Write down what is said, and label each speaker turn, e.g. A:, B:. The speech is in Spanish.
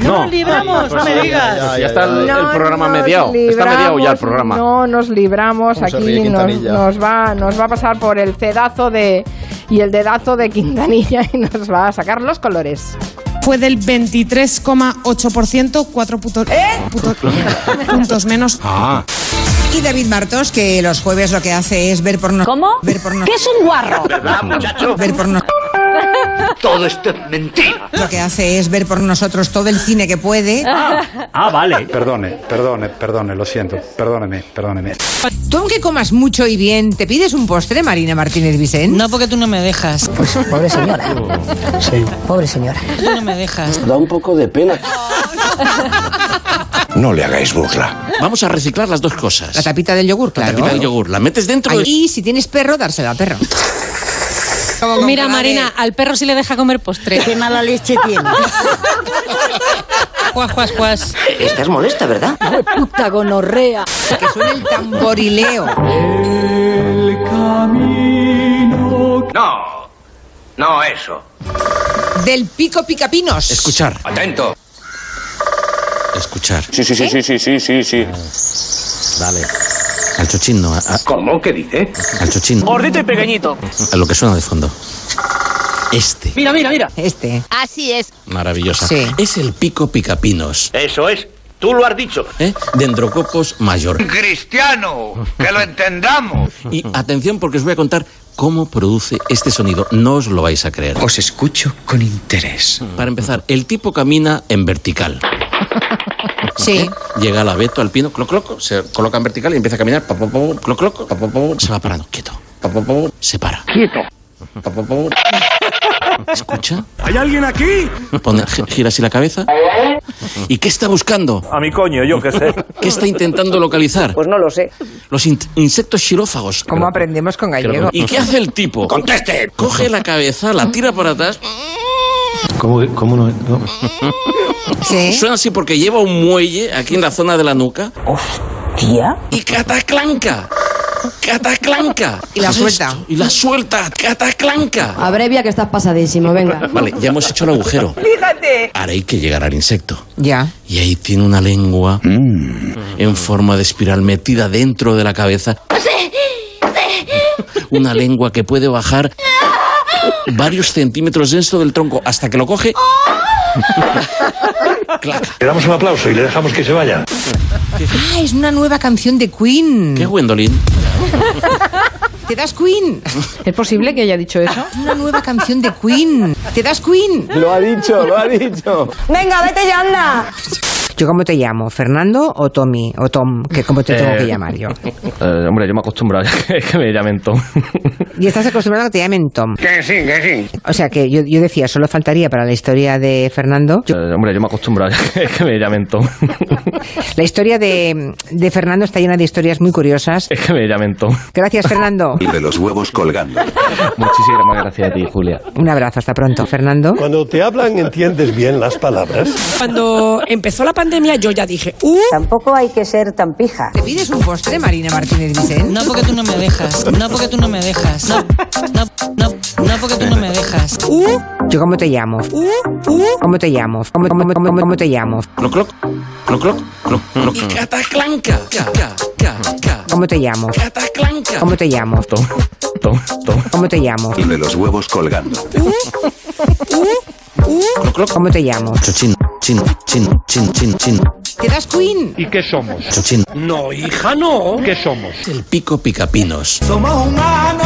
A: No, nos libramos, no me digas.
B: Ya, está el, el programa mediado. Está mediado ya el programa.
C: No nos libramos,
B: ¿Cómo se ríe
C: aquí nos,
B: Quintanilla?
C: nos va, nos va a pasar por el cedazo de y el dedazo de Quintanilla y nos va a sacar los colores.
D: Fue del 23,8%, 4 puto-
E: ¿Eh?
D: puto- puntos menos.
B: Ah,
E: Pues Y David Bartos, que los jueves lo que hace es ver porno.
F: ¿Cómo?
E: Ver porno.
F: ¿Qué es un guarro?
B: ¿verdad, muchacho?
E: Ver porno.
B: Todo esto es mentira.
E: Lo que hace es ver por nosotros todo el cine que puede.
G: Ah, vale.
H: Perdone, perdone, perdone, lo siento. Perdóneme, perdóneme.
E: Tú, aunque comas mucho y bien, ¿te pides un postre, Marina Martínez Vicente?
I: No, porque tú no me dejas.
J: Pobre señora. Pobre señora.
I: Tú no me dejas.
K: Da un poco de pena.
H: No le hagáis burla.
B: Vamos a reciclar las dos cosas.
E: La tapita del yogur,
B: La
E: claro.
B: tapita del yogur. La metes dentro
E: Ay,
B: de-
E: Y si tienes perro, dárselo a perro. Como con
I: Mira,
E: cara de-
I: Marina, al perro sí le deja comer postre.
J: Qué mala leche tiene.
I: Juas, juas, juas.
K: Estás molesta, ¿verdad?
J: Puta gonorrea.
E: Que suene el tamborileo.
B: No, no eso.
E: Del pico picapinos.
B: Escuchar. Atento. Escuchar.
K: Sí, sí, sí, sí, sí, sí, sí, sí.
B: Dale. Al chochín no. ¿Cómo? ¿Qué dice? Al chochín.
A: Gordito y pequeñito.
B: A lo que suena de fondo. Este.
A: Mira, mira, mira.
E: Este.
F: Así es.
B: Maravillosa.
E: Sí.
B: Es el pico picapinos.
G: Eso es. Tú lo has dicho.
B: ¿eh? Dendrococos mayor.
G: Cristiano, que lo entendamos.
B: Y atención porque os voy a contar cómo produce este sonido. No os lo vais a creer.
K: Os escucho con interés.
B: Para empezar, el tipo camina en vertical.
E: Sí.
B: Llega al abeto, al pino, cloc, cloc, se coloca en vertical y empieza a caminar. pa, pa, pa, cloc, cloc, pa, pa, pa, se va parando, quieto. pa, pa, pa, se para. Quieto. Escucha.
G: ¿Hay alguien aquí?
B: Pone, gi- gira así la cabeza. ¿Y qué está buscando?
G: A mi coño, yo qué sé.
B: ¿Qué está intentando localizar?
J: Pues no lo sé.
B: Los in- insectos xirófagos.
E: ¿Cómo aprendemos con gallego?
B: ¿Y qué hace el tipo?
G: ¡Conteste!
B: Coge la cabeza, la tira para atrás.
H: ¿Cómo, cómo no,
E: Sí.
B: Suena así porque lleva un muelle aquí en la zona de la nuca.
J: Hostia.
B: Y cataclanca. Cataclanca.
E: Y la
B: ¿Qué es
E: suelta.
B: esto? Y la suelta. Cataclanca.
F: Abrevia que estás pasadísimo, venga.
B: Vale, ya hemos hecho el agujero. Fíjate. Ahora hay que llegar al insecto.
E: Ya.
B: Y ahí tiene una lengua
E: Mm.
B: en forma de espiral metida dentro de la cabeza. Una lengua que puede bajar varios centímetros dentro del tronco hasta que lo coge. Clac.
H: Le damos un aplauso y le dejamos que se vaya.
E: Ah, es una nueva canción de Queen.
B: ¿Qué Gwendolyn?
E: ¿Te das Queen?
C: ¿Es posible que haya dicho eso?
E: Una nueva canción de Queen. ¿Te das Queen?
K: Lo ha dicho, lo ha dicho.
J: Venga, vete ya, anda.
E: ¿Yo cómo te llamo? ¿Fernando o Tommy? O Tom, que como te tengo que llamar yo.
G: Eh, hombre, yo me acostumbro a que, que me llamen Tom.
E: Y estás acostumbrado a que te llamen Tom.
G: Que sí, que sí.
E: O sea que yo, yo decía, solo faltaría para la historia de Fernando. Yo-
G: hombre, yo me acostumbro a que, que me llamen Tom.
E: la historia de, de Fernando está llena de historias muy curiosas.
G: Es que me llamen Tom.
E: Gracias, Fernando.
H: Y de los huevos colgando.
G: Muchísimas gracias a ti, Julia.
E: Un abrazo, hasta pronto, Fernando.
H: Cuando te hablan, ¿entiendes bien las palabras?
I: Cuando empezó la pandemia, yo ya dije, ¡uh!
J: Tampoco hay que ser tan pija.
E: ¿Te pides un postre, Marina Martínez Vicente?
I: No, porque tú no me dejas. No, porque tú no me dejas. No, no, no, no, porque tú no me dejas. ¡Uh!
E: ¿Yo cómo te llamo? ¿Cómo te llamo? ¿Cómo, cómo, cómo, cómo te llamo?
B: Cloc, cloc, cloc, cloc, cloc, cloc. Y cataclanca. Ca, ca, ca, ca.
E: ¿Cómo te llamo?
B: Cataclanca.
E: ¿Cómo te llamo?
G: Tom, Tom, Tom.
E: ¿Cómo te llamo?
H: Y de los huevos colgando.
E: Uh,
B: Cloc, cloc.
E: ¿Cómo te llamo?
B: Chochín, chin, chin, chin, chin, chin.
E: ¿Te das Queen?
G: ¿Y qué somos?
B: Chochín.
G: No, hija, no. ¿Qué somos?
B: Es el pico picapinos.
G: Somos humanos.